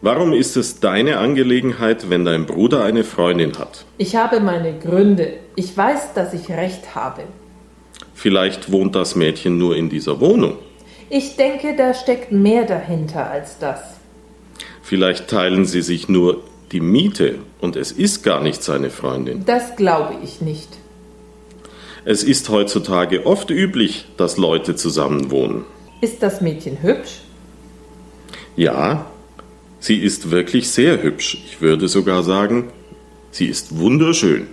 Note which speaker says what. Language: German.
Speaker 1: Warum ist es deine Angelegenheit, wenn dein Bruder eine Freundin hat?
Speaker 2: Ich habe meine Gründe. Ich weiß, dass ich recht habe.
Speaker 1: Vielleicht wohnt das Mädchen nur in dieser Wohnung.
Speaker 2: Ich denke, da steckt mehr dahinter als das.
Speaker 1: Vielleicht teilen sie sich nur die Miete und es ist gar nicht seine Freundin.
Speaker 2: Das glaube ich nicht.
Speaker 1: Es ist heutzutage oft üblich, dass Leute zusammenwohnen.
Speaker 2: Ist das Mädchen hübsch?
Speaker 1: Ja, sie ist wirklich sehr hübsch. Ich würde sogar sagen, sie ist wunderschön.